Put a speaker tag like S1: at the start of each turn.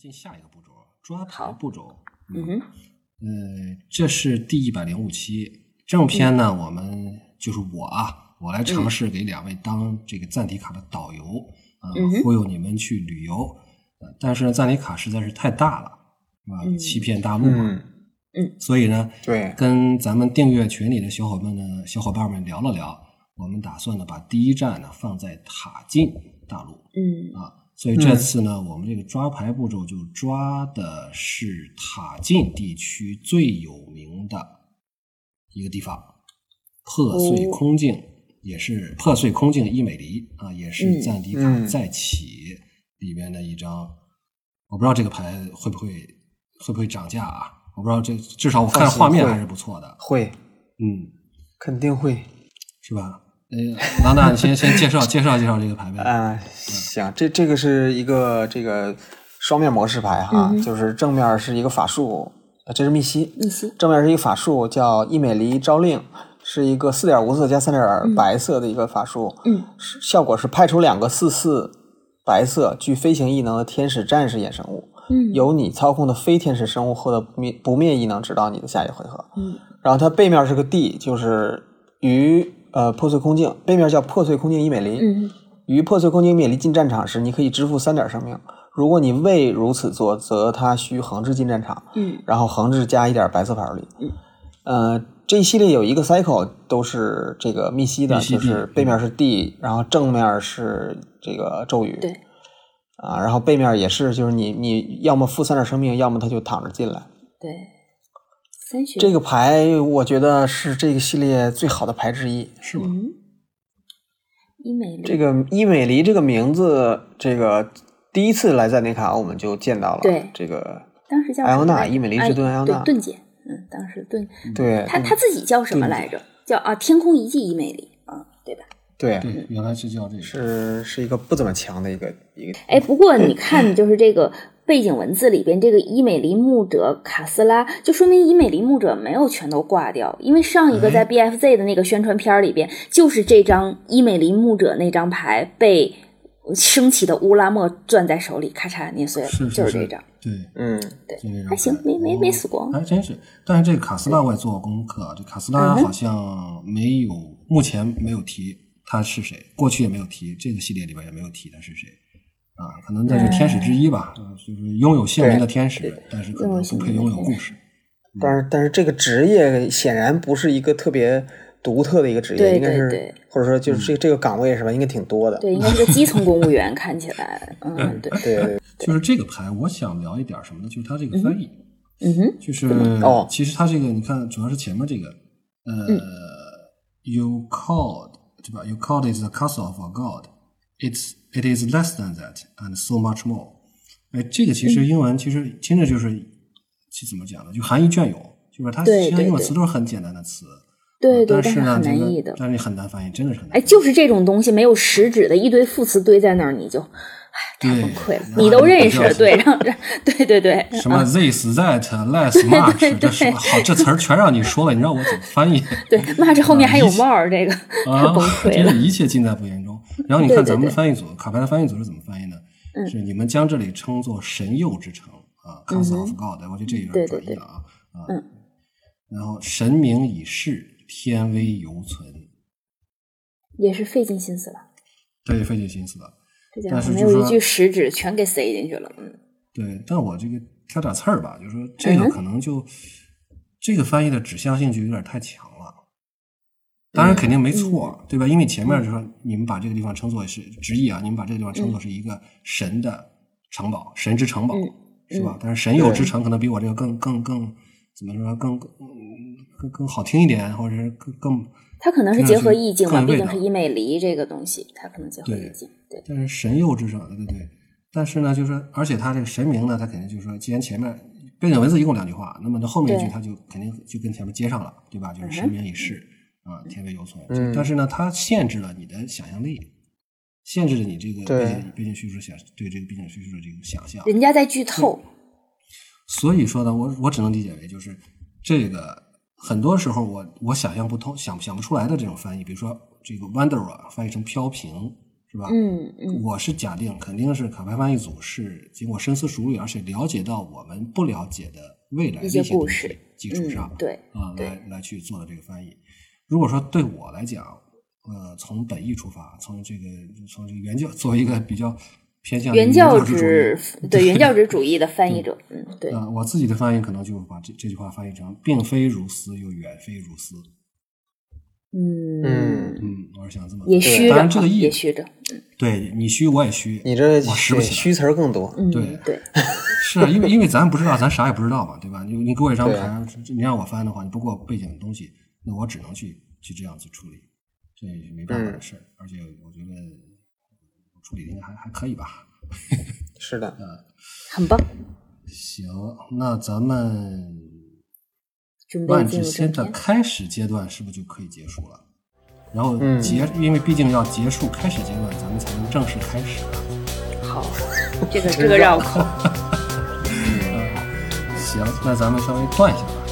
S1: 进下一个步骤，啊抓
S2: 好
S1: 拍步骤。
S2: 嗯哼，
S1: 呃，这是第一百零五期这部片呢，
S2: 嗯
S1: 我们就是我啊，我来尝试给两位当这个赞迪卡的导游，啊、
S2: 嗯哼
S1: 忽悠你们去旅游。呃但是呢，赞迪卡实在是太大了，是吧？
S2: 嗯
S1: 欺骗大陆嘛。
S3: 嗯，
S1: 所以呢，
S3: 对，
S1: 跟咱们订阅群里的小伙伴呢，小伙伴们聊了聊，我们打算呢把第一站呢放在塔进大陆
S2: 嗯
S1: 啊。所以这次呢，我们这个抓牌步骤就抓的是塔进地区最有名的一个地方——破碎
S2: 哦
S1: 空境，也是破碎空境伊美里啊，也是赞迪卡
S3: 嗯
S1: 再起里面的一张。我不知道这个牌会不会会不会涨价啊？我不知道这至少我看
S3: 放心
S1: 画面
S3: 会
S1: 还是不错的，
S3: 会，
S1: 嗯，
S3: 肯定会。
S1: 是吧？ 呃，郎大，你先先介绍介绍介绍这个牌
S2: 呃
S1: 呗。
S3: 啊、行，这这个是一个这个双面模式牌
S2: 嗯
S3: 哈，就是正面是一个法术，呃这是密西，
S2: 密西
S3: 正面是一个法术叫伊美黎招令，是一个四点无色加三点白色的一个法术，
S2: 嗯，
S3: 是效果是派出两个四四白色具飞行异能的天使战士衍生物，
S2: 嗯
S3: 由你操控的非天使生物获得不灭不灭异能，直到你的下一回合。
S2: 嗯
S3: 然后它背面是个 D，就是于呃破碎空境，背面叫破碎空境伊美林。
S2: 嗯
S3: 于破碎空境伊美林进战场时，你可以支付三点生命。如果你未如此做，则它需横置进战场，
S2: 嗯
S3: 然后横置加一点白色牌力。
S2: 嗯，
S3: 呃，这一系列有一个 cycle 都是这个密西的，
S1: 密西
S3: 就
S1: D，
S3: 是背面是 D，然后正面是这个咒语。
S2: 嗯对。
S3: 啊，然后背面也是，就是你你要么付三点生命，要么它就躺着进来。
S2: 对，三选
S3: 这个牌我觉得是这个系列最好的牌之一。
S1: 是吗？
S2: 嗯，伊美丽
S3: 这个伊美黎这个名字，这个第一次来赞尼卡我们就见到了。
S2: 对
S3: 这个
S2: 当时叫
S3: 艾欧娜
S2: 什么来着
S3: 伊美丽之盾
S2: 哎
S3: 艾欧
S2: 对
S3: 娜
S2: 盾姐，嗯，当时盾，
S3: 对
S2: 她她自己叫什么来着？叫啊，天空遗迹伊美丽啊，对吧？
S3: 对
S2: 嗯
S1: 对，原来是叫这个。
S3: 是是一个不怎么强的一个一个。
S2: 哎，不过你
S1: 嗯
S2: 看，就是这个背景文字里边这个伊美林牧者卡斯拉，就说明伊美林牧者没有全都挂掉，因为上一个
S1: 哎
S2: 在 BFZ 的那个宣传片儿里边，就是这张伊美林牧者那张牌被升起的乌拉莫攥在手里，咔嚓捏碎了，
S1: 是
S2: 就是这张。，
S1: 对，
S3: 嗯，
S1: 就这张
S2: 还行
S1: 牌，
S2: 没没没
S1: 哦
S2: 死光
S1: 还真是。但是这个卡斯拉我也做过功课，啊这卡斯拉
S2: 嗯哼
S1: 好像没有，目前没有提他是谁，过去也没有提，这个系列里边也没有提他是谁。啊，可能他是天使之一
S2: 嗯
S1: 吧，呃就是拥有姓名的天使，但是可能不配拥有故事。
S3: 但是但是这个职业显然不是一个特别独特的一个职业，
S2: 对
S3: 应该是
S2: 对对
S3: 或者说就是这这个岗位是吧，应该挺多的。
S2: 对，应该是个基层公务员，看起 来，嗯，对，
S3: 对对
S1: 就是这个牌，我想聊一点什么呢？就是它这个翻译，
S2: 嗯哼，
S1: 就是
S3: 哦
S1: 其实它这个你看，主要是前面这个，呃、
S2: 嗯
S1: y o u called 对吧？You called is the castle of a god. It's it is less than that and so much more. 哎，这个其实
S2: 嗯
S1: 英文其实听着就是，其怎么讲呢？就含义隽永，就是它
S2: 对
S1: 实际上
S2: 对
S1: 用的
S2: 对
S1: 词都是很简单的词，
S2: 对
S1: 呃
S2: 对，
S1: 但
S2: 但是
S1: 呢，
S2: 很
S1: 这个
S2: 难译的。
S1: 但是很难翻译，真的是很难翻
S2: 哎，
S1: 译。
S2: 就是这种东西没有实质的一堆副词堆在那儿，你就
S1: 对
S2: 崩溃了
S1: 然，后
S2: 你都
S1: 还有
S2: 认
S1: 一
S2: 识
S1: 个叫，
S2: 对，嗯让让，对对对，
S1: 什么 this that less much，这什么好这词儿全让你说了，你让我怎么翻译？
S2: 对，March 后面还有
S1: 一起
S2: 帽儿，这个
S1: 啊，
S2: 崩溃
S1: 真
S2: 了
S1: 是一切尽在不言中。然后你
S2: 对
S1: 看
S2: 对
S1: 咱们的
S2: 对
S1: 翻译组，卡牌的翻译组是怎么翻译呢？
S2: 嗯
S1: 是你们将这里称作神佑之城啊，Castle of God，我觉得这有
S2: 对
S1: 点
S2: 对
S1: 转译了啊啊
S2: 嗯。
S1: 然后神明已逝，天威犹存，
S2: 也是费尽心思了。
S1: 这也费尽心思了。
S2: 这家
S1: 但
S2: 伙
S1: 是
S2: 没
S1: 就
S2: 有一
S1: 说
S2: 句实质，全给塞进去了。嗯，
S1: 对，但我这个挑点刺儿吧，就是说这个
S2: 嗯哼
S1: 可能就、这个翻译的指向性就有点太强了。当然肯定
S2: 嗯
S1: 没错，对吧？因为前面就说你们把这个地方称作是直译啊，你们把这个地方称作是一个神的城堡，神之城堡，
S2: 嗯
S1: 是吧
S2: 嗯？
S1: 但是神有之城可能比我这个更更更怎么说更更更更好听一点，或者是更更。
S2: 它可能是结合意境嘛，
S1: 更有
S2: 毕
S1: 味
S2: 竟
S1: 道
S2: 是伊美黎这个东西，它可能结合
S1: 对
S2: 意境。对，
S1: 但是神佑之上，对对对。但是呢，就是而且他这个神明呢，他肯定就是说，既然前面背景文字一共两句话，那么这后面一句
S2: 对
S1: 他就肯定就跟前面接上了，对吧？就是神明已逝啊，天为犹存。
S3: 嗯
S1: 但是呢，它限制了你的想象力，限制了你这个
S3: 对
S1: 背景背景叙述想对这个背景叙述的这个想象。
S2: 人家在剧透。
S1: 所以说呢，我我只能理解为就是这个很多时候啊我我想象不通、想想不出来的这种翻译，比如说这个 wanderer 翻译成飘萍，是吧？
S2: 嗯嗯
S1: 我是假定肯定是卡牌翻译组是经过深思熟虑，而且了解到我们不了解的未来的
S2: 一些
S1: 一些东
S2: 故
S1: 西
S2: 事
S1: 基础上
S2: 嗯，，对，
S1: 啊、
S2: 对
S1: 来来去做的这个翻译。如果说对我来讲，呃，从本意出发，从这个从这个原教作为一个比较偏向于
S2: 原
S1: 教
S2: 教
S1: 旨主义
S2: 旨对 原教旨主义的翻译者，嗯，对，
S1: 啊、我自己的翻译可能就把这这句话翻译成“并非如斯，又远非如斯
S2: 嗯”。，
S1: 嗯，我是想这么
S2: 也
S1: 对
S2: 虚
S1: 当
S2: 着
S1: 然这
S2: 啊
S1: 个意
S2: 也虚着，
S1: 对你虚我也虚，
S3: 你这
S1: 我拾不
S3: 对
S1: 起来
S3: 虚词儿更多。
S2: 嗯，
S1: 对
S2: 对，
S1: 是啊，因为因为咱不知道，咱啥也不知道嘛，对吧？你你给我一张
S2: 啊
S3: 对
S1: 牌，你让我翻的话，你不给我背景的东西，那我只能去去这样子处理，这也是没办
S2: 嗯
S1: 法的事儿。而且我觉得我处理的应该还还可以吧。
S3: 是的，
S2: 很棒，
S1: 行，那咱们
S2: 准备
S1: 万
S2: 进
S1: 智
S2: 入
S1: 仙
S2: 正
S1: 的
S2: 片。
S1: 开始阶段是不是就可以结束了？然后
S3: 嗯
S1: 结，因为毕竟要结束开始阶段，咱们才能正式开始啊。
S2: 好， 这个这个绕口。
S1: 行，那咱们稍微断一下吧。